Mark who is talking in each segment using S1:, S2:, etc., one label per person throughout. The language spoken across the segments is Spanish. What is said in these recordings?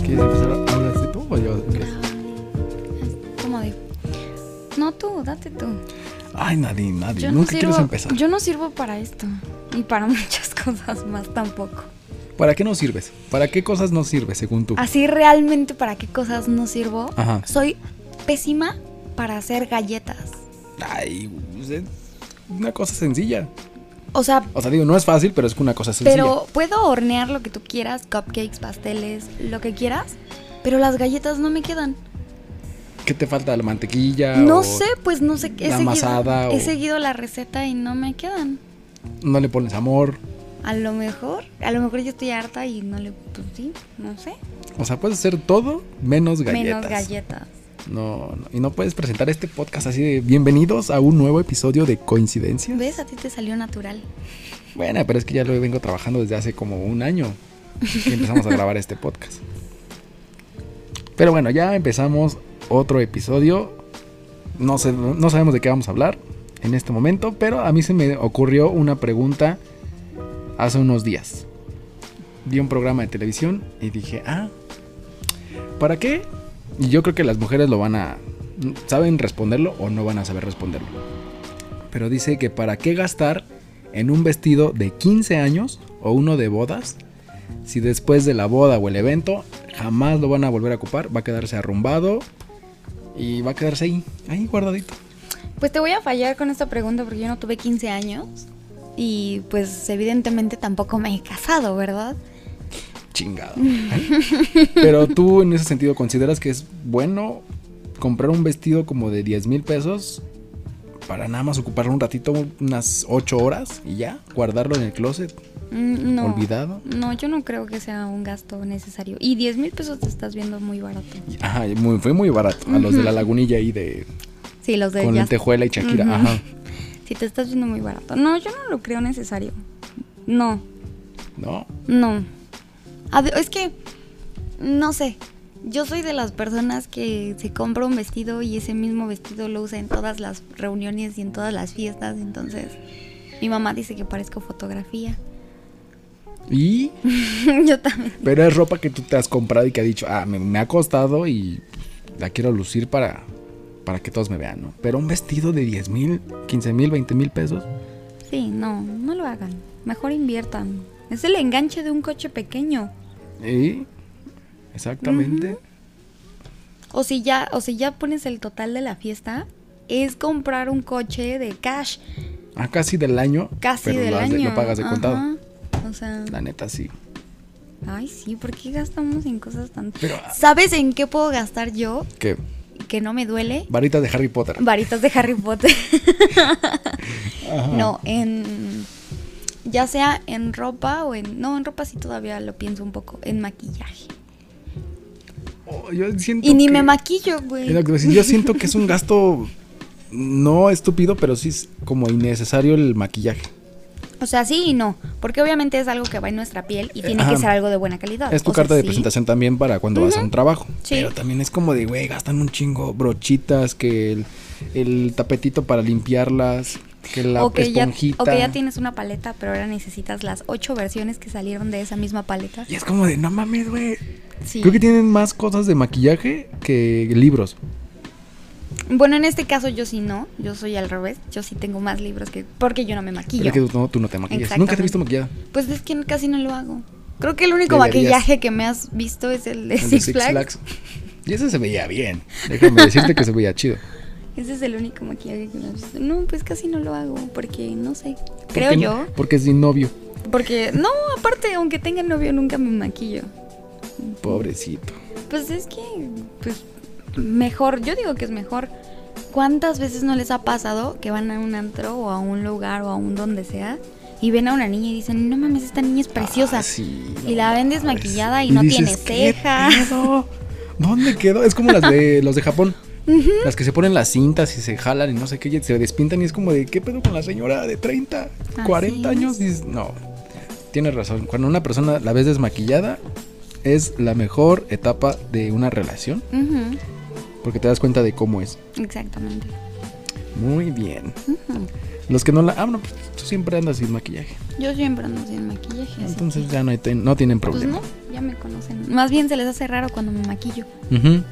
S1: ¿Quieres empezar a- ahora sí tú o yo? empiezo?
S2: Como de. No tú, date tú.
S1: Ay, nadie, nadie.
S2: Yo no
S1: Nunca quieres
S2: sirvo-
S1: empezar.
S2: Yo no sirvo para esto. Y para muchas cosas más tampoco.
S1: ¿Para qué no sirves? ¿Para qué cosas no sirves según tú?
S2: Así realmente para qué cosas no sirvo.
S1: Ajá.
S2: Soy pésima para hacer galletas.
S1: Ay, pues, es una cosa sencilla.
S2: O sea,
S1: O sea, digo, no es fácil, pero es una cosa sencilla.
S2: pero puedo hornear lo que tú quieras, cupcakes, pasteles, lo que quieras. Pero las galletas no me quedan.
S1: ¿Qué te falta? ¿La mantequilla? Ah,
S2: no
S1: o
S2: sé, pues no sé. He,
S1: la amasada
S2: seguido, he
S1: o-
S2: seguido la receta y no me quedan.
S1: ¿No le pones amor?
S2: A lo mejor, a lo mejor yo estoy harta y no le... Pues sí, no sé.
S1: O sea, puedes hacer todo menos galletas.
S2: Menos galletas.
S1: No, no, y no puedes presentar este podcast así de bienvenidos a un nuevo episodio de Coincidencias.
S2: ¿Ves? A ti te salió natural.
S1: Bueno, pero es que ya lo vengo trabajando desde hace como un año que empezamos a grabar este podcast. Pero bueno, ya empezamos otro episodio. No, sé- no sabemos de qué vamos a hablar en este momento, pero a mí se me ocurrió una pregunta hace unos días. Vi un programa de televisión y dije, ah, ¿para qué? Y yo creo que las mujeres lo van a... saben responderlo o no van a saber responderlo. Pero dice que para qué gastar en un vestido de 15 años o uno de bodas si después de la boda o el evento jamás lo van a volver a ocupar, va a quedarse arrumbado y va a quedarse ahí, ahí guardadito.
S2: Pues te voy a fallar con esta pregunta porque yo no tuve 15 años. Y pues evidentemente tampoco me he casado, ¿verdad?
S1: Chingado. Pero tú en ese sentido consideras que es bueno comprar un vestido como de 10 mil pesos para nada más ocuparlo un ratito, unas 8 horas y ya, guardarlo en el closet,
S2: Mm, No.
S1: olvidado.
S2: No, yo no creo que sea un gasto necesario. Y 10 mil pesos te estás viendo muy barato.
S1: Ajá, muy- fue muy barato. A los de la lagunilla ahí de
S2: Sí, los de
S1: con
S2: ya-
S1: lentejuela y Shakira.
S2: Ujú.
S1: Ajá.
S2: Sí, te estás viendo muy barato. No, yo no lo creo necesario. No,
S1: No.
S2: No. A ve- es que, no sé. Yo soy de las personas que se compra un vestido y ese mismo vestido lo usa en todas las reuniones y en todas las fiestas. Entonces, mi mamá dice que parezco fotografía.
S1: Y
S2: Yo también.
S1: pero es ropa que tú te has comprado y que ha dicho, ah, me, me ha costado y la quiero lucir para, para que todos me vean, ¿no? Pero un vestido de 10 mil, 15 mil, 20 mil pesos.
S2: Sí, no, no lo hagan. Mejor inviertan. Es el enganche de un coche pequeño.
S1: Y exactamente.
S2: O si ya, o si ya pones el total de la fiesta, es comprar un coche de cash.
S1: Ah, casi del año.
S2: Casi
S1: pero
S2: del
S1: lo has de-
S2: año.
S1: Lo pagas de contado.
S2: Ajá. O sea.
S1: La neta, sí.
S2: Ay, sí, ¿por qué gastamos en cosas tan...
S1: Pero- ah.
S2: ¿Sabes en qué puedo gastar yo
S1: Que
S2: que no me duele?
S1: varitas de Harry Potter.
S2: Varitas de Harry Potter.
S1: Ajá.
S2: No, en... Ya sea en ropa o en... No, en ropa sí todavía lo pienso un poco. En maquillaje.
S1: Oh, yo siento
S2: Y ni
S1: que-
S2: me maquillo, güey.
S1: Es lo que te iba a decir, Yo siento que es un gasto no estúpido, pero sí es como innecesario el maquillaje.
S2: O sea, sí y no. Porque obviamente es algo que va en nuestra piel y tiene
S1: Eh, Ajá.
S2: que ser algo de buena calidad.
S1: Es tu
S2: O sea,
S1: carta de
S2: sí.
S1: presentación también para cuando vas a un trabajo.
S2: Sí.
S1: Pero también es como de, güey, gastan un chingo brochitas, que el, el tapetito para limpiarlas, que la
S2: o, que ya,
S1: esponjita.
S2: o que ya tienes una paleta, pero ahora necesitas las ocho versiones que salieron de esa misma paleta.
S1: Y es como de, no mames, güey.
S2: Sí.
S1: Creo que tienen más cosas de maquillaje que libros.
S2: Bueno, en este caso yo sí no, yo soy al revés, yo sí tengo más libros que... Porque yo no me maquillo.
S1: Pero es que tú no, tú no te maquillas. Nunca te he visto maquillada.
S2: Pues es que casi no lo hago. Creo que el único
S1: Deberías.
S2: maquillaje que me has visto es el de
S1: El
S2: Six,
S1: de
S2: Flags.
S1: Y ese se veía bien. Déjame decirte que se veía chido.
S2: Ese es el único maquillaje que me has visto. No, pues casi no lo hago, porque no sé,
S1: ¿Por
S2: creo
S1: qué no?
S2: yo.
S1: Porque es sin novio.
S2: Porque, no, aparte, aunque tenga novio, nunca me maquillo.
S1: Pobrecito.
S2: Pues es que, pues, mejor, yo digo que es mejor. ¿Cuántas veces no les ha pasado que van a un antro o a un lugar o a un donde sea y ven a una niña y dicen, no mames, esta niña es preciosa?
S1: Ah, sí,
S2: Y
S1: no
S2: la ven
S1: mames.
S2: desmaquillada y no tiene
S1: "¿Qué
S2: cejas".
S1: pedo? ¿Dónde quedó? Es como las de los de Japón. Las que se ponen las cintas y se jalan y no sé qué, y se despintan y es como de, ¿qué pedo con la señora de 30, 40
S2: Así
S1: años? Y dices, no, tienes razón. Cuando una persona la ves desmaquillada, es la mejor etapa de una relación.
S2: Ujú,
S1: Porque te das cuenta de cómo es.
S2: Exactamente.
S1: Muy bien.
S2: Ujú.
S1: Los que no la. Ah, no, pues tú siempre andas sin maquillaje.
S2: Yo siempre ando sin maquillaje. así
S1: Entonces
S2: que-
S1: ya no, hay- no tienen
S2: Pues
S1: problema.
S2: no, ya me conocen. Más bien se les hace raro cuando me maquillo.
S1: Ujú.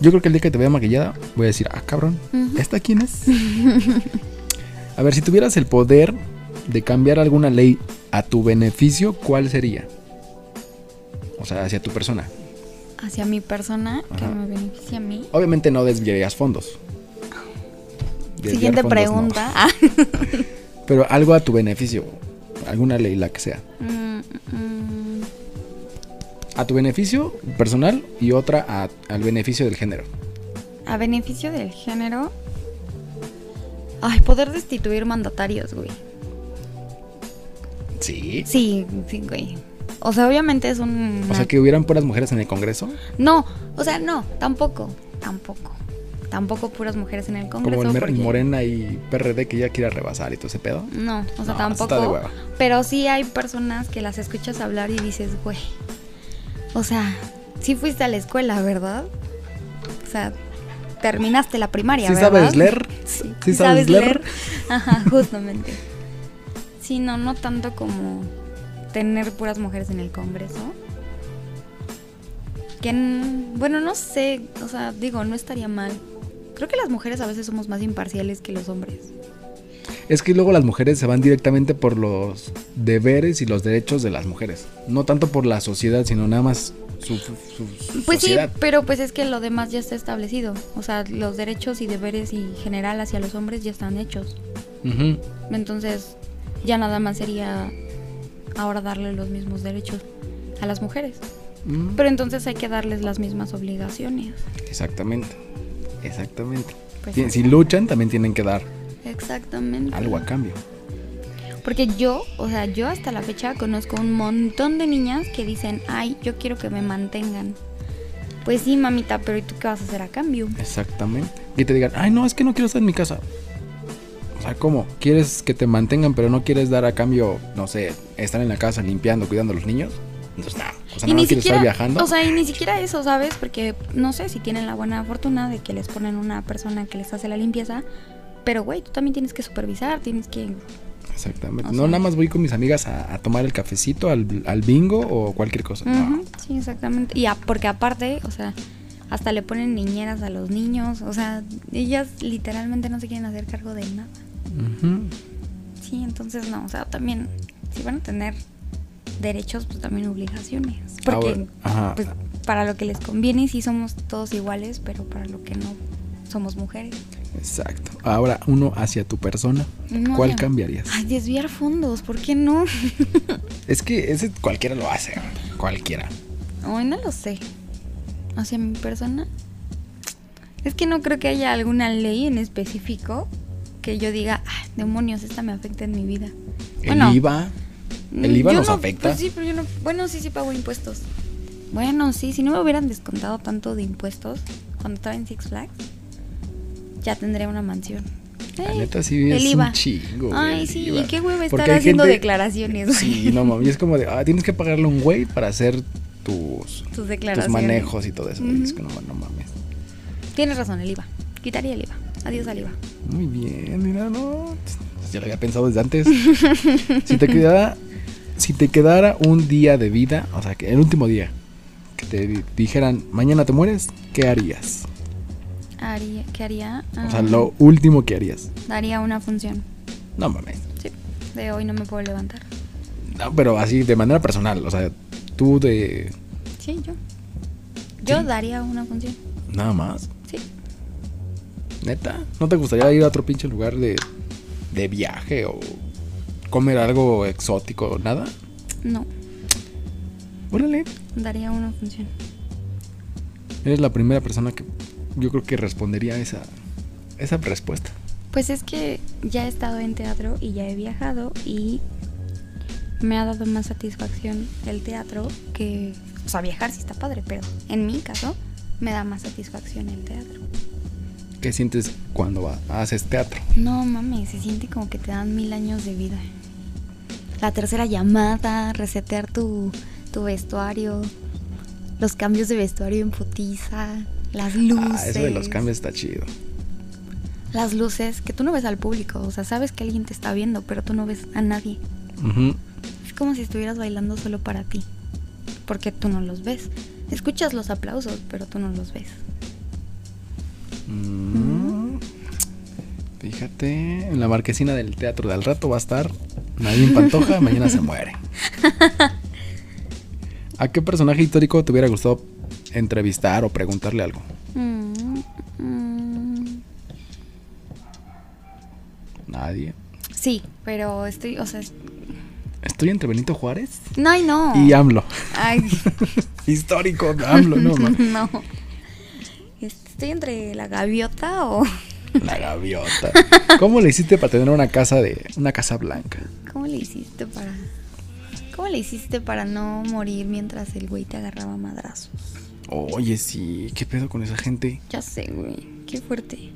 S1: Yo creo que el día que te vea maquillada, voy a decir, ah, cabrón,
S2: Ujú.
S1: ¿esta quién es? a ver, si tuvieras el poder de cambiar alguna ley a tu beneficio, ¿cuál sería? O sea, hacia tu persona.
S2: Hacia mi persona, que
S1: Ajá.
S2: me beneficia a mí.
S1: Obviamente no desviarías fondos. Desviar
S2: Siguiente
S1: fondos, no.
S2: pregunta. Ah.
S1: Pero algo a tu beneficio, alguna ley, la que sea.
S2: Mm, mm,
S1: A tu beneficio personal y otra a- al beneficio del género.
S2: a beneficio del género. Ay, poder destituir mandatarios, güey.
S1: Sí.
S2: Sí, sí, güey. O sea, obviamente es un.
S1: O sea, que hubieran puras mujeres en el Congreso.
S2: No, o sea, no, tampoco. Tampoco. Tampoco puras mujeres en el Congreso.
S1: Como el Mer-
S2: porque-
S1: Morena y PRD que ya quiere rebasar y todo ese pedo.
S2: No, o sea,
S1: No,
S2: tampoco.
S1: está de hueva.
S2: Pero sí hay personas que las escuchas hablar y dices, güey. O sea, sí fuiste a la escuela, ¿verdad? O sea, terminaste la primaria,
S1: ¿Sí
S2: ¿verdad?
S1: sabes leer?
S2: Sí,
S1: ¿Sí sabes leer?
S2: Ajá, justamente. Sí, no, no tanto como tener puras mujeres en el Congreso. Que, n- bueno, no sé, o sea, digo, no estaría mal. Creo que las mujeres a veces somos más imparciales que los hombres.
S1: Es que luego las mujeres se van directamente por los deberes y los derechos de las mujeres. No tanto por la sociedad, sino nada más su, su- su
S2: Pues
S1: sociedad.
S2: sí, pero pues es que lo demás ya está establecido. O sea, los derechos y deberes y general hacia los hombres ya están hechos.
S1: Ujú.
S2: Entonces, ya nada más sería ahora darle los mismos derechos a las mujeres.
S1: Mm,
S2: Pero entonces hay que darles las mismas obligaciones.
S1: Exactamente. Exactamente.
S2: Pues
S1: Tien-
S2: ajá.
S1: si luchan, también tienen que dar
S2: Exactamente.
S1: algo a cambio.
S2: Porque yo, o sea, yo hasta la fecha conozco un montón de niñas que dicen, ay, yo quiero que me mantengan. Pues sí, mamita, pero ¿y tú qué vas a hacer a cambio?
S1: Exactamente. Y te digan, ay, no, es que no quiero estar en mi casa. O sea, ¿cómo? ¿Quieres que te mantengan, pero no quieres dar a cambio, no sé, estar en la casa limpiando, cuidando a los niños? Entonces, no. O sea,
S2: y
S1: no
S2: ni
S1: quieres
S2: siquiera,
S1: estar viajando.
S2: o sea, y ni siquiera eso, ¿sabes? Porque no sé si tienen la buena fortuna de que les ponen una persona que les hace la limpieza, pero güey, tú también tienes que supervisar, tienes que
S1: Exactamente.
S2: o
S1: no,
S2: sea-
S1: nada más voy con mis amigas a, a tomar el cafecito, al, al bingo o cualquier cosa. Este, No.
S2: Ujú, Sí, exactamente. Y a- porque aparte, o sea, hasta le ponen niñeras a los niños, o sea, ellas literalmente no se quieren hacer cargo de nada.
S1: Ujú.
S2: Sí, entonces no, o sea, también si van a tener derechos, pues también obligaciones. Porque
S1: Ahora, ajá.
S2: pues, para lo que les conviene sí somos todos iguales, pero para lo que no somos mujeres.
S1: Exacto. Ahora, uno hacia tu persona.
S2: No,
S1: ¿Cuál
S2: ya.
S1: cambiarías?
S2: Ay, desviar fondos, ¿por qué no?
S1: Es que ese cualquiera lo hace. Cualquiera.
S2: Hoy no lo sé. Hacia mi persona. Es que no creo que haya alguna ley en específico que yo diga, ah, demonios, esta me afecta en mi vida. Bueno,
S1: el IVA. el IVA
S2: yo
S1: nos
S2: no-
S1: afecta.
S2: pues sí, pero yo no- bueno, sí, sí pago impuestos. Bueno, sí, si no me hubieran descontado tanto de impuestos cuando estaba en Six Flags, ya tendría una mansión.
S1: La
S2: Eh,
S1: neta sí es
S2: el IVA.
S1: un chingo. güey,
S2: Ay,
S1: el
S2: sí,
S1: IVA.
S2: y qué hueva
S1: Porque
S2: estar
S1: hay
S2: haciendo
S1: gente-
S2: declaraciones. güey.
S1: Sí, no mami, es como de, ah, tienes que pagarle a un güey para hacer tus,
S2: Tus
S1: tus
S2: declaraciones.
S1: manejos y todo eso. Y es
S2: Ujú.
S1: que no, no mames.
S2: Tienes razón, el IVA. Quitaría el IVA. Adiós al IVA.
S1: Muy bien, mira, no. pues, Ya lo había pensado desde antes. si te quedara, si te quedara un día de vida, o sea, que el último día, que te di- dijeran, mañana te mueres, ¿qué harías?
S2: Haría, ¿Qué haría?
S1: O sea,
S2: Ah,
S1: lo último que harías.
S2: Daría una función.
S1: No mames.
S2: Sí. De hoy no me puedo levantar.
S1: No, pero así de manera personal, o sea, tú de
S2: Sí, yo. Yo
S1: Sí.
S2: daría una función.
S1: nada más.
S2: Sí.
S1: ¿Neta? ¿No te gustaría ir a otro pinche lugar de, de viaje o comer algo exótico o nada?
S2: No.
S1: Órale.
S2: Daría una función.
S1: Eres la primera persona que yo creo que respondería a esa, esa respuesta.
S2: Pues es que ya he estado en teatro y ya he viajado y me ha dado más satisfacción el teatro que... O sea, viajar sí está padre, pero en mi caso me da más satisfacción el teatro.
S1: ¿Qué sientes cuando ha- haces teatro?
S2: No mames, se siente como que te dan mil años de vida. la tercera llamada, resetear tu, tu vestuario, los cambios de vestuario en putiza, las luces.
S1: Ah, eso de los cambios está chido.
S2: Las luces, que tú no ves al público, o sea, sabes que alguien te está viendo, pero tú no ves a nadie.
S1: Ujú.
S2: Es como si estuvieras bailando solo para ti, porque tú no los ves. Escuchas los aplausos, pero tú no los ves.
S1: Mm. Fíjate, en la marquesina del teatro de al rato va a estar Nadie Pantoja, mañana se muere. ¿A qué personaje histórico te hubiera gustado entrevistar o preguntarle algo?
S2: Mm, mm.
S1: Nadie.
S2: Sí, pero estoy, o sea, es-
S1: Estoy entre Benito Juárez
S2: no, ay, no.
S1: y AMLO.
S2: Ay,
S1: Histórico, AMLO, no, ma.
S2: no. Estoy entre la gaviota o
S1: La gaviota. ¿Cómo le hiciste para tener una casa de una casa blanca?
S2: ¿Cómo le hiciste para.? ¿Cómo le hiciste para no morir mientras el güey te agarraba a madrazos?
S1: Oye, sí, ¿qué pedo con esa gente?
S2: Ya sé, güey. Qué fuerte.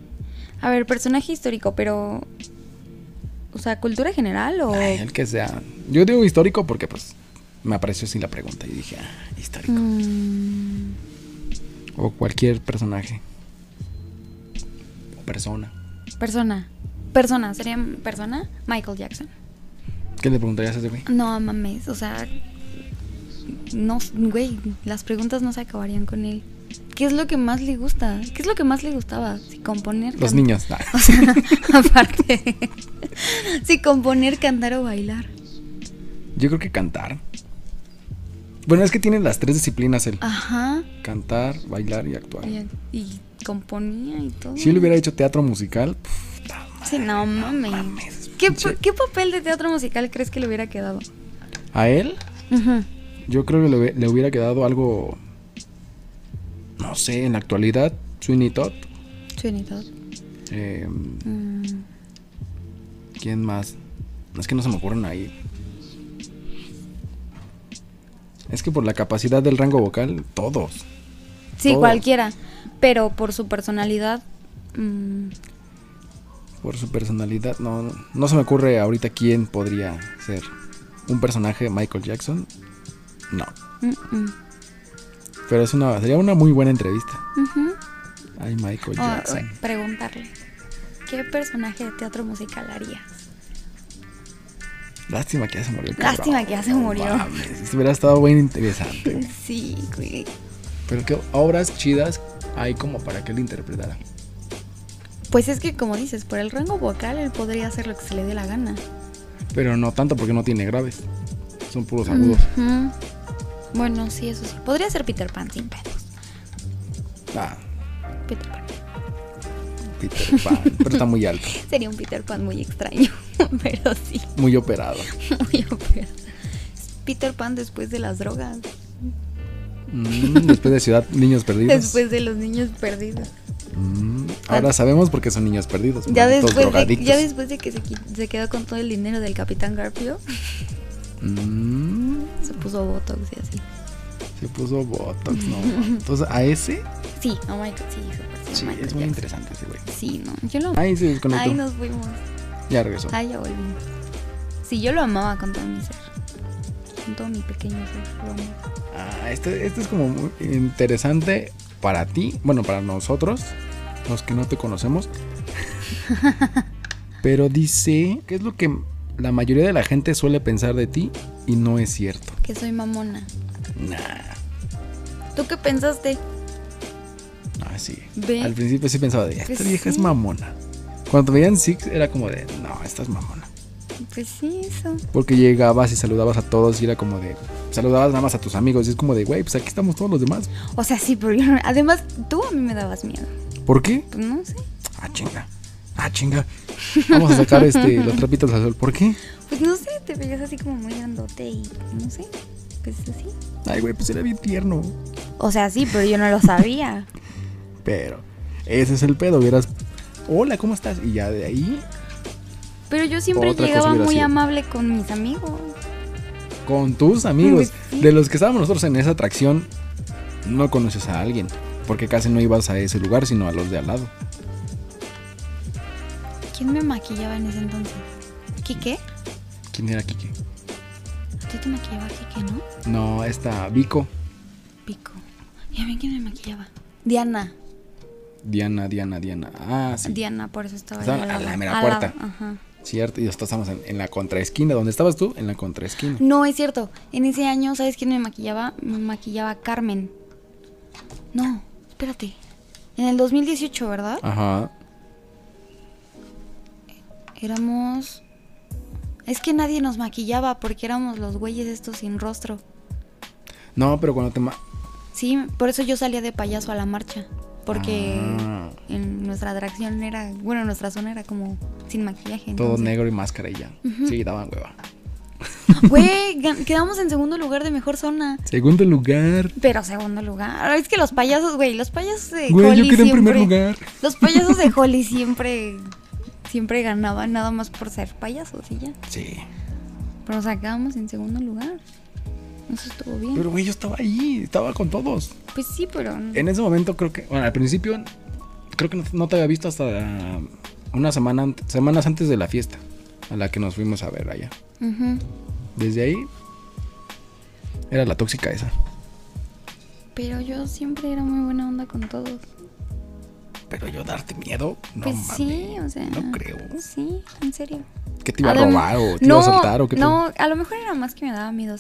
S2: A ver, personaje histórico, pero. O sea, cultura general o.
S1: Ay, el que sea. Yo digo histórico porque pues me apareció sin la pregunta y dije, ah, histórico.
S2: Mm,
S1: O cualquier personaje. O persona.
S2: persona. Persona, sería persona. Michael Jackson.
S1: ¿Qué le preguntarías a ese güey?
S2: No mames, o sea. No, güey, las preguntas no se acabarían con él. ¿Qué es lo que más le gusta? ¿Qué es lo que más le gustaba? Si componer.
S1: Los
S2: can-
S1: niños. nah.
S2: O sea, aparte. si componer, cantar o bailar.
S1: Yo creo que cantar. Bueno, es que tienen las tres disciplinas el
S2: Ajá.
S1: cantar, bailar y actuar.
S2: Y, y componía y todo.
S1: Si él hubiera hecho teatro musical, pf, ta madre,
S2: Sí, no mames.
S1: mames,
S2: ¿Qué,
S1: pinche-
S2: pa- qué papel de teatro musical crees que le hubiera quedado?
S1: a él Yo creo que le, hubie- le hubiera quedado algo. No sé, en la actualidad, Sweeney Todd.
S2: Sweeney Todd.
S1: eh,
S2: Mm,
S1: ¿Quién más? Es que no se me ocurren ahí. Es que por la capacidad del rango vocal, todos.
S2: Sí,
S1: Todos.
S2: cualquiera. Pero por su personalidad. mm,
S1: Por su personalidad, no, no se me ocurre ahorita quién podría ser. ¿Un personaje de Michael Jackson? No.
S2: mm, mm.
S1: Pero es una, sería una muy buena entrevista.
S2: Ujú.
S1: Ay, Michael
S2: O,
S1: Jackson.
S2: eh, preguntarle. ¿Qué personaje de teatro musical harías?
S1: Lástima que ya se murió. el cabrón.
S2: Lástima que ya se
S1: No
S2: murió.
S1: mames, esto hubiera estado bien interesante.
S2: Sí, güey.
S1: Pero qué obras chidas hay como para que él interpretara.
S2: Pues es que, como dices, por el rango vocal él podría hacer lo que se le dé la gana.
S1: Pero no tanto porque no tiene graves. Son puros agudos.
S2: Ujú. Bueno, sí, eso sí. Podría ser Peter Pan sin pedos. Mm.
S1: Ah,
S2: Peter Pan.
S1: Peter Pan. pero está muy alto,
S2: Sería un Peter Pan muy extraño, pero sí,
S1: muy operado.
S2: muy operado. Es Peter Pan después de las drogas,
S1: Mm, después de Ciudad Niños Perdidos.
S2: después de los niños perdidos.
S1: Mm, ahora sabemos por qué son niños perdidos.
S2: Ya
S1: malditos
S2: después, de,
S1: drogadictos.
S2: ya después de que se, qui- se quedó con todo el dinero del Capitán Garfio,
S1: Mm,
S2: se puso Botox y así.
S1: se puso Botox, ¿no? Entonces, a ese,
S2: Sí, oh my god, sí, súper, sí,
S1: sí,
S2: Michael
S1: es muy
S2: Jackson.
S1: interesante ese güey.
S2: Sí, no, yo lo
S1: Ay, se desconectó.
S2: Ay, nos fuimos.
S1: Ya regresó.
S2: Ay, ya volvimos. Sí, yo lo amaba con todo mi ser. Con todo mi pequeño ser, lo amaba.
S1: Ah, esto, esto es como muy interesante para ti, bueno, para nosotros, los que no te conocemos. Pero dice, ¿qué es lo que la mayoría de la gente suele pensar de ti y no es cierto?
S2: Que soy mamona.
S1: Nah,
S2: ¿Tú qué pensaste?
S1: así.
S2: Ve.
S1: Al principio sí pensaba de, esta
S2: Pues
S1: vieja es
S2: sí.
S1: mamona. Cuando te veían Six era como de, no, esta es mamona.
S2: Pues sí, eso.
S1: Porque llegabas y saludabas a todos y era como de, saludabas nada más a tus amigos y es como de, güey, pues aquí estamos todos los demás.
S2: O sea, sí, pero yo no- además tú a mí me dabas miedo.
S1: ¿Por qué?
S2: Pues no sé.
S1: Ah, chinga. Ah, chinga. Vamos a sacar este, los trapitos al sol. ¿Por qué?
S2: Pues no sé, te veías así como muy grandote y no sé. Pues así.
S1: Ay, güey, pues era bien tierno.
S2: O sea, sí, pero yo no lo sabía.
S1: Pero ese es el pedo. Hubieras, hola, ¿cómo estás? Y ya de ahí,
S2: Pero yo siempre
S1: Otra cosa
S2: llegaba
S1: hubiera
S2: muy
S1: sido.
S2: amable con mis amigos.
S1: con tus amigos.
S2: Sí.
S1: De los que estábamos nosotros en esa atracción, no conoces a alguien. Porque casi no ibas a ese lugar, sino a los de al lado.
S2: ¿Quién me maquillaba en ese entonces? ¿Quique?
S1: ¿Quién era Kike?
S2: ¿Tú te maquillabas y qué, no?
S1: No, esta Vico,
S2: Pico. Ya ven quién me maquillaba. Diana.
S1: Diana, Diana, Diana. Ah, sí.
S2: Diana, por eso estaba
S1: Estaba
S2: yo
S1: a la mera
S2: al
S1: puerta.
S2: lado, ajá.
S1: Cierto, y nosotros estábamos en, en la contraesquina. ¿Dónde estabas tú? En la contraesquina.
S2: No, es cierto. En ese año, ¿sabes quién me maquillaba? Me maquillaba Carmen. No, espérate. En el 2018, ¿verdad?
S1: Ajá.
S2: Éramos... Es que nadie nos maquillaba porque éramos los güeyes estos sin rostro.
S1: No, pero cuando te... ma-
S2: Sí, por eso yo salía de payaso a la marcha. Porque
S1: Ah.
S2: en nuestra atracción era, bueno, nuestra zona era como sin maquillaje.
S1: Todo
S2: entonces-
S1: negro y máscara y ya. Sí, daban hueva.
S2: Güey, gan- quedamos en segundo lugar de mejor zona.
S1: Segundo lugar.
S2: Pero segundo lugar. Es que los payasos, güey, los payasos de
S1: Güey, yo
S2: Holly
S1: quedé en primer
S2: siempre-
S1: lugar.
S2: Los payasos de Holly siempre, siempre ganaban nada más por ser payasos y ya.
S1: Sí.
S2: Pero sacábamos en segundo lugar. Eso estuvo bien.
S1: Pero, güey, yo estaba ahí. Estaba con todos.
S2: pues sí, pero.
S1: En ese momento creo que... Bueno, al principio creo que no, no te había visto hasta ah, una semana ant- semanas antes de la fiesta a la que nos fuimos a ver allá.
S2: Ujú.
S1: Desde ahí era la tóxica esa.
S2: Pero yo siempre era muy buena onda con todos.
S1: Pero yo darte miedo, no
S2: pues
S1: mames,
S2: sí, o sea.
S1: No creo.
S2: Sí, en serio.
S1: ¿Qué te iba a
S2: Adem-
S1: robar o te iba a saltar o qué? pedo?
S2: No, a lo mejor era más que me daba miedo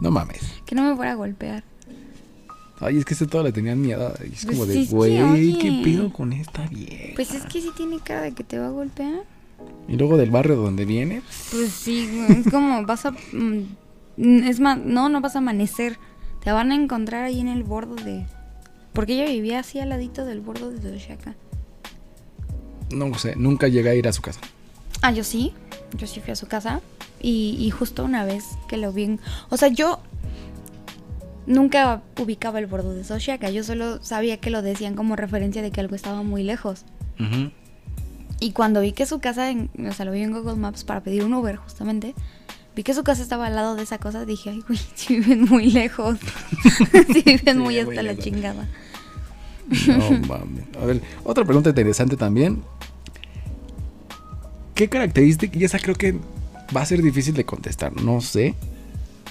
S1: No mames.
S2: que no me fuera a golpear.
S1: Ay, es que este todo le tenían miedo. y Es
S2: Pues
S1: como
S2: sí,
S1: de,
S2: es que,
S1: güey,
S2: oye.
S1: ¿qué pedo con esta vieja?
S2: Pues es que sí tiene cara de que te va a golpear.
S1: Y luego del barrio donde viene,
S2: Pues sí, güey, es como vas a... mm, mm, Es más, no, no vas a amanecer. Te van a encontrar ahí en el borde de... Porque ella vivía así al ladito del borde de Oaxaca.
S1: no sé, nunca llegué a ir a su casa.
S2: Ah, yo sí. Yo sí fui a su casa. Y, y justo una vez que lo vi... en- O sea, yo nunca ubicaba el borde de Oaxaca. Yo solo sabía que lo decían como referencia de que algo estaba muy lejos.
S1: Ujú.
S2: Y cuando vi que su casa, en- o sea, lo vi en Google Maps para pedir un Uber, justamente, vi que su casa estaba al lado de esa cosa, dije, ay, güey, si viven muy lejos, si viven muy
S1: viven muy
S2: hasta la
S1: lejos.
S2: chingada.
S1: No mames. A ver, otra pregunta interesante también. ¿Qué características? Y esa creo que va a ser difícil de contestar, no sé.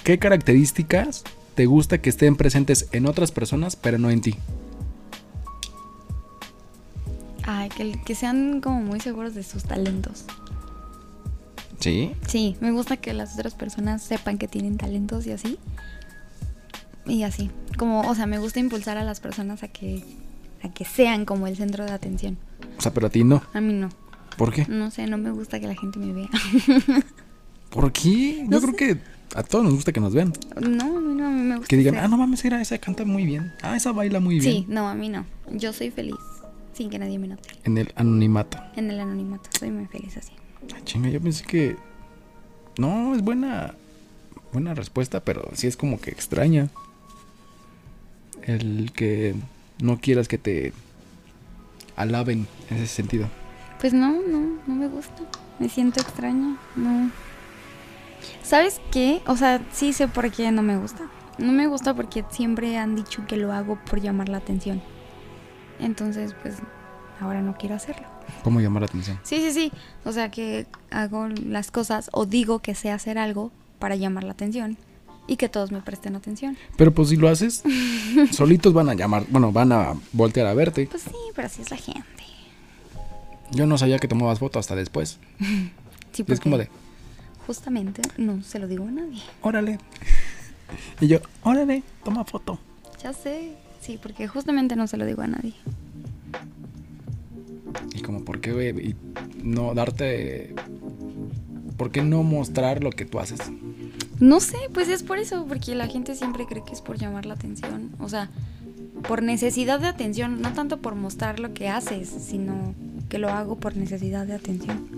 S1: ¿Qué características te gusta que estén presentes en otras personas, pero no en ti?
S2: Ay, que, que sean como muy seguros de sus talentos.
S1: Sí.
S2: Sí, me gusta que las otras personas sepan que tienen talentos y así. Y así, como, o sea, me gusta impulsar a las personas a que, a que sean como el centro de atención.
S1: O sea, pero a ti no.
S2: A mí no,
S1: ¿Por qué?
S2: no sé, no me gusta que la gente me vea.
S1: ¿Por qué? Yo
S2: No
S1: creo
S2: sé.
S1: que a todos nos gusta que nos vean.
S2: No, a mí no, a mí me gusta.
S1: Que digan,
S2: ser-
S1: ah, no mames, era esa canta muy bien. Ah, esa baila muy
S2: Sí,
S1: bien.
S2: no, a mí no. Yo soy feliz sin que nadie me note.
S1: En el anonimato.
S2: En el anonimato soy muy feliz así.
S1: Ah, chinga, yo pensé que. No, es buena. Buena respuesta, pero sí es como que extraña. El que no quieras que te alaben en ese sentido.
S2: Pues no, no, no me gusta. Me siento extraña. No. ¿Sabes qué? O sea, sí sé por qué no me gusta. No me gusta porque siempre han dicho que lo hago por llamar la atención. Entonces, pues ahora no quiero hacerlo.
S1: ¿Cómo llamar la atención?
S2: Sí, sí, sí. O sea, que hago las cosas o digo que sé hacer algo para llamar la atención y que todos me presten atención.
S1: Pero pues si lo haces, solitos van a llamar. Bueno, van a voltear a verte.
S2: Pues sí, pero así es la gente.
S1: Yo no sabía que tomabas foto hasta después.
S2: Sí,
S1: Y es
S2: porque
S1: como de,
S2: Justamente no se lo digo a nadie.
S1: órale. Y yo, órale, toma foto.
S2: Ya sé. Sí, porque justamente no se lo digo a nadie.
S1: Y como, ¿por qué, güey? Y no darte. ¿Por qué no mostrar lo que tú haces?
S2: No sé, pues es por eso, porque la gente siempre cree que es por llamar la atención. O sea, por necesidad de atención, no tanto por mostrar lo que haces, sino que lo hago por necesidad de atención.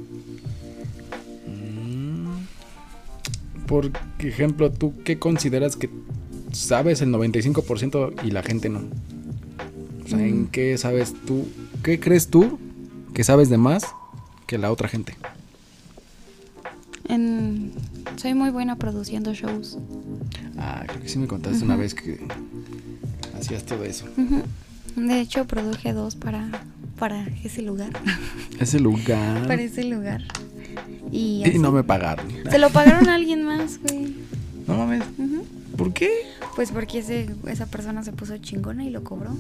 S1: Por ejemplo, ¿tú qué consideras que sabes el 95% y la gente no? O sea, ¿en qué sabes tú? ¿Qué crees tú que sabes de más que la otra gente?
S2: En- Soy muy buena produciendo shows.
S1: Ah, creo que sí me contaste una vez que hacías todo eso.
S2: Ujú. De hecho, produje dos para, para ese lugar.
S1: Ese lugar.
S2: para ese lugar. Y,
S1: Y
S2: así.
S1: no me pagaron.
S2: Se lo pagaron a alguien más, güey.
S1: No mames.
S2: Ujú.
S1: ¿Por qué?
S2: Pues porque ese, esa persona se puso chingona y lo cobró.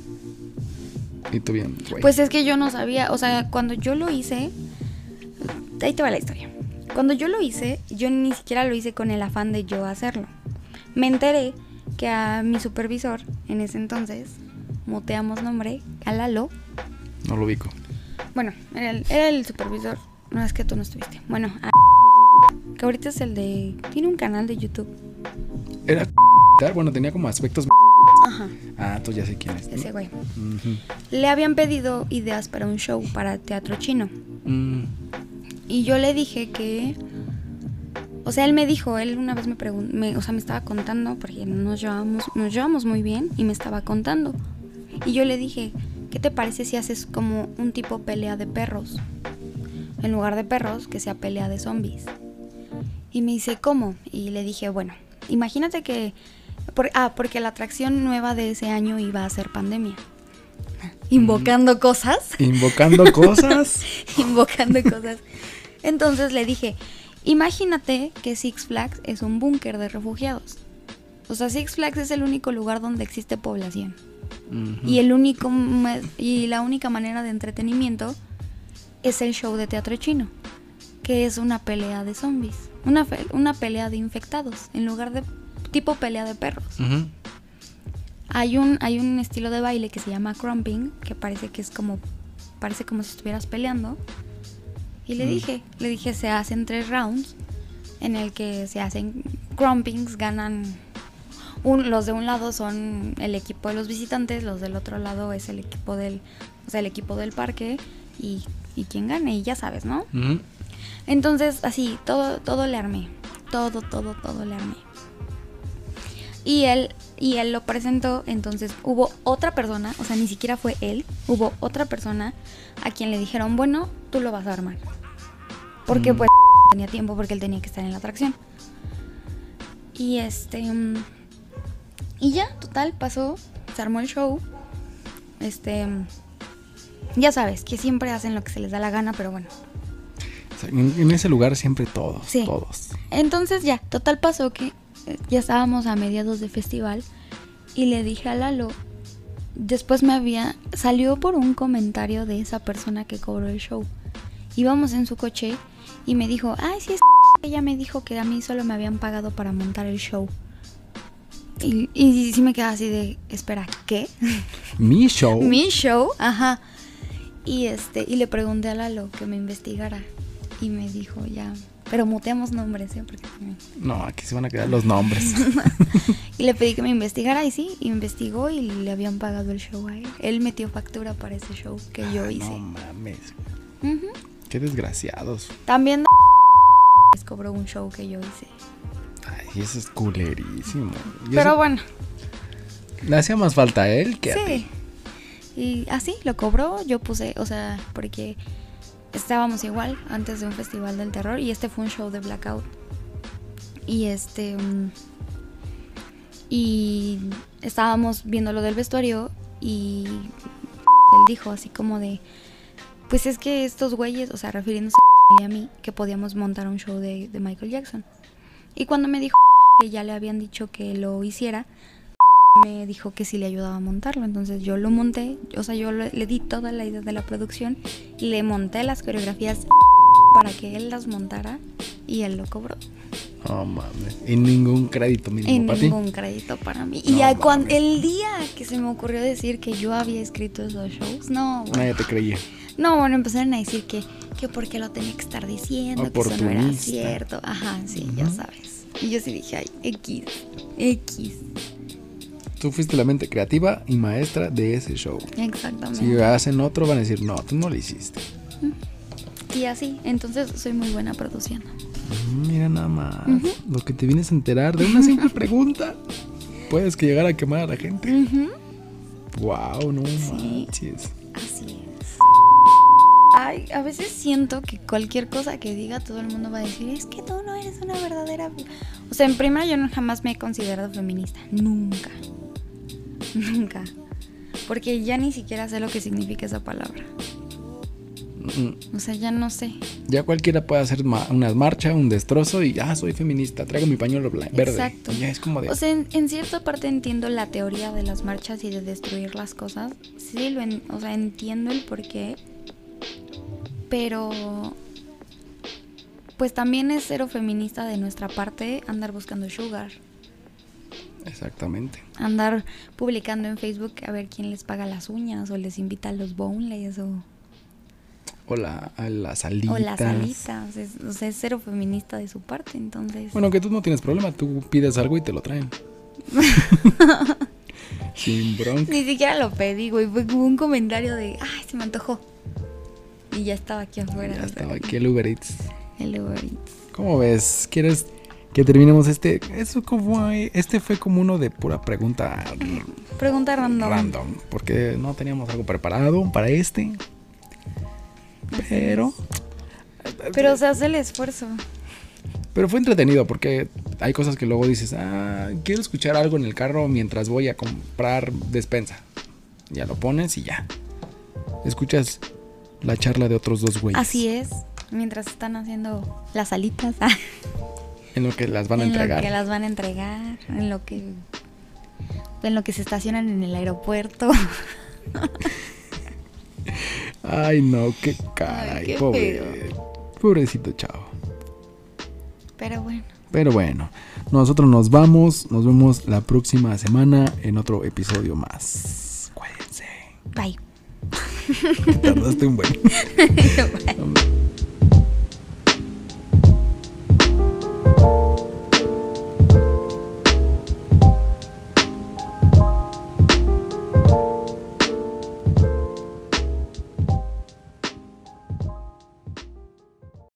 S1: Y tú bien, güey.
S2: Pues es que yo no sabía, o sea, cuando yo lo hice, ahí te va la historia. Cuando yo lo hice, yo ni siquiera lo hice con el afán de yo hacerlo. Me enteré que a mi supervisor, en ese entonces, muteamos nombre, a Lalo,
S1: No lo ubico.
S2: bueno, era el, era el supervisor, no es que tú no estuviste, bueno, a que ahorita es el de, tiene un canal de YouTube.
S1: Era bueno, tenía como aspectos.
S2: Ajá,
S1: Ah, tú ya sé quién es. ¿no?
S2: ese güey.
S1: Ujú.
S2: Le habían pedido ideas para un show para teatro chino.
S1: Mm,
S2: Y yo le dije que. O sea, él me dijo, él una vez me preguntó, o sea, me estaba contando, porque nos llevamos, nos llevamos muy bien, y me estaba contando. Y yo le dije, ¿qué te parece si haces como un tipo pelea de perros? En lugar de perros, que sea pelea de zombies. Y me dice, ¿cómo? Y le dije, bueno, imagínate que... por- ah, porque la atracción nueva de ese año iba a ser pandemia. Invocando cosas
S1: Invocando cosas.
S2: invocando cosas. Entonces le dije, imagínate que Six Flags es un búnker de refugiados. O sea, Six Flags es el único lugar donde existe población.
S1: Ujú.
S2: Y el único me- y la única manera de entretenimiento es el show de teatro chino, que es una pelea de zombies, una fe- una pelea de infectados en lugar de tipo pelea de perros.
S1: Ujú.
S2: Hay un, hay un estilo de baile que se llama crumping, que parece que es como, parece como si estuvieras peleando. Y le
S1: Mm.
S2: dije, le dije, se hacen tres rounds en el que se hacen crumpings, ganan, un- los de un lado son el equipo de los visitantes, los del otro lado es el equipo del, o sea, el equipo del parque y, y quien gane, y ya sabes, ¿no?
S1: Ujú.
S2: Entonces, así, todo, todo le armé. Todo, todo, todo le armé. Y él, y él lo presentó, entonces hubo otra persona, o sea, ni siquiera fue él, hubo otra persona a quien le dijeron, bueno, tú lo vas a armar. Porque
S1: Mm.
S2: pues tenía tiempo porque él tenía que estar en la atracción. Y este... mm, Y ya, total, pasó, se armó el show. Este... mm, Ya sabes, que siempre hacen lo que se les da la gana, pero bueno.
S1: O sea, en, en ese lugar siempre todos.
S2: Sí.
S1: Todos.
S2: Entonces ya, total pasó que eh, ya estábamos a mediados de festival y le dije a Lalo, después me había, salió por un comentario de esa persona que cobró el show. Íbamos en su coche y me dijo, ay, sí, es ella me dijo que a mí solo me habían pagado para montar el show. Y, y sí me quedaba así de, espera, ¿qué?
S1: Mi show.
S2: mi show, ajá. Y este, y le pregunté a Lalo que me investigara. Y me dijo ya. Pero muteamos nombres, ¿eh? Porque también.
S1: No, aquí se van a quedar los nombres.
S2: Y le pedí que me investigara y sí, investigó y le habían pagado el show a él. Él metió factura para ese show que yo hice.
S1: Ah, No mames.
S2: Ujú.
S1: Qué desgraciados.
S2: También les cobró un show que yo hice.
S1: Ay, eso es culerísimo. Y
S2: Pero
S1: eso-
S2: bueno,
S1: Le hacía más falta a él que a
S2: sí.
S1: ti.
S2: Y así lo cobró, yo puse, o sea, porque estábamos igual antes de un festival del terror y este fue un show de blackout. Y este mm, y estábamos viendo lo del vestuario y él dijo así como de pues es que estos güeyes, o sea, refiriéndose a mí que podíamos montar un show de, de Michael Jackson. Y cuando me dijo que ya le habían dicho que lo hiciera, me dijo que sí le ayudaba a montarlo. Entonces yo lo monté, o sea, yo le, le di toda la idea de la producción y le monté las coreografías para que él las montara y él lo cobró.
S1: No mames. Y ningún crédito
S2: Y
S1: mínimo para ti.
S2: ningún crédito para mí.
S1: No
S2: y ya cuando,
S1: mames.
S2: el día que se me ocurrió decir que yo había escrito esos shows, no, bueno,
S1: Nadie te creía.
S2: no, bueno, empezaron a decir que, que por qué lo tenía que estar diciendo, que eso no era
S1: Oportunista.
S2: cierto. Ajá, sí, ya
S1: Ujú.
S2: sabes. Y yo sí dije, ay, X, X,
S1: Tú fuiste la mente creativa y maestra de ese show.
S2: exactamente.
S1: Si hacen otro, van a decir, no, tú no lo hiciste.
S2: Y así, entonces soy muy buena produciendo.
S1: Mm, Mira nada más. Lo que te vienes a enterar de una simple pregunta. Puedes que llegar a quemar a la gente. Wow, no
S2: Sí.
S1: manches.
S2: Así es. Ay, a veces siento que cualquier cosa que diga todo el mundo va a decir, es que tú no eres una verdadera... fe-". O sea, en primera yo no, jamás me he considerado feminista. Nunca. Nunca. Porque ya ni siquiera sé lo que significa esa palabra. O sea, ya no sé.
S1: Mm, Ya cualquiera puede hacer ma- unas marchas, un destrozo y ah, soy feminista, traigo mi pañuelo bla- verde.
S2: Exacto.
S1: Y ya es como de.
S2: O sea, en, en cierta parte entiendo la teoría de las marchas y de destruir las cosas. Sí, lo en- o sea, entiendo el porqué. Pero. Pues también es cero feminista de nuestra parte andar buscando sugar.
S1: Exactamente.
S2: Andar publicando en Facebook a ver quién les paga las uñas o les invita a los boneless o,
S1: O, la, a las alitas.
S2: o las alitas. Es- o sea, es cero feminista de su parte, entonces.
S1: Bueno, que tú no tienes problema, tú pides algo y te lo traen. Sin bronca.
S2: Ni siquiera lo pedí, güey. Fue como un comentario de, ay, se me antojó. Y ya estaba aquí afuera.
S1: Ya
S2: o sea,
S1: estaba aquí el Uber Eats.
S2: El Uber Eats.
S1: ¿Cómo ves? ¿Quieres que terminemos este? Eso como este fue como uno de pura pregunta r-
S2: Pregunta random.
S1: random, porque no teníamos algo preparado para este. Pero
S2: Pero se hace el esfuerzo.
S1: pero fue entretenido porque hay cosas que luego dices, "Ah, quiero escuchar algo en el carro mientras voy a comprar despensa." Ya lo pones y ya. Escuchas la charla de otros dos güeyes.
S2: Así es. Mientras están haciendo las alitas. ah,
S1: En lo que las van a
S2: en
S1: entregar.
S2: lo que las van a entregar. En lo que. En lo que se estacionan en el aeropuerto.
S1: Ay, no, qué caray,
S2: qué
S1: pobre. Pobrecito chavo.
S2: Pero bueno.
S1: Pero bueno, nosotros nos vamos. Nos vemos la próxima semana en otro episodio más. Cuídense.
S2: Bye.
S1: Te tardaste un buen.